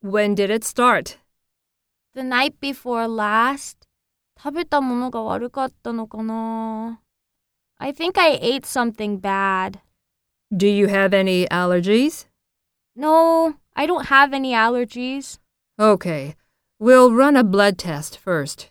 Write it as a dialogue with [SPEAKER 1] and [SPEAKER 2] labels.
[SPEAKER 1] When did it start?
[SPEAKER 2] The night before last?食べたものが悪かったのかな I think I ate something bad.
[SPEAKER 1] Do you have any allergies?
[SPEAKER 2] No, I don't have any allergies.
[SPEAKER 1] Okay, we'll run a blood test first.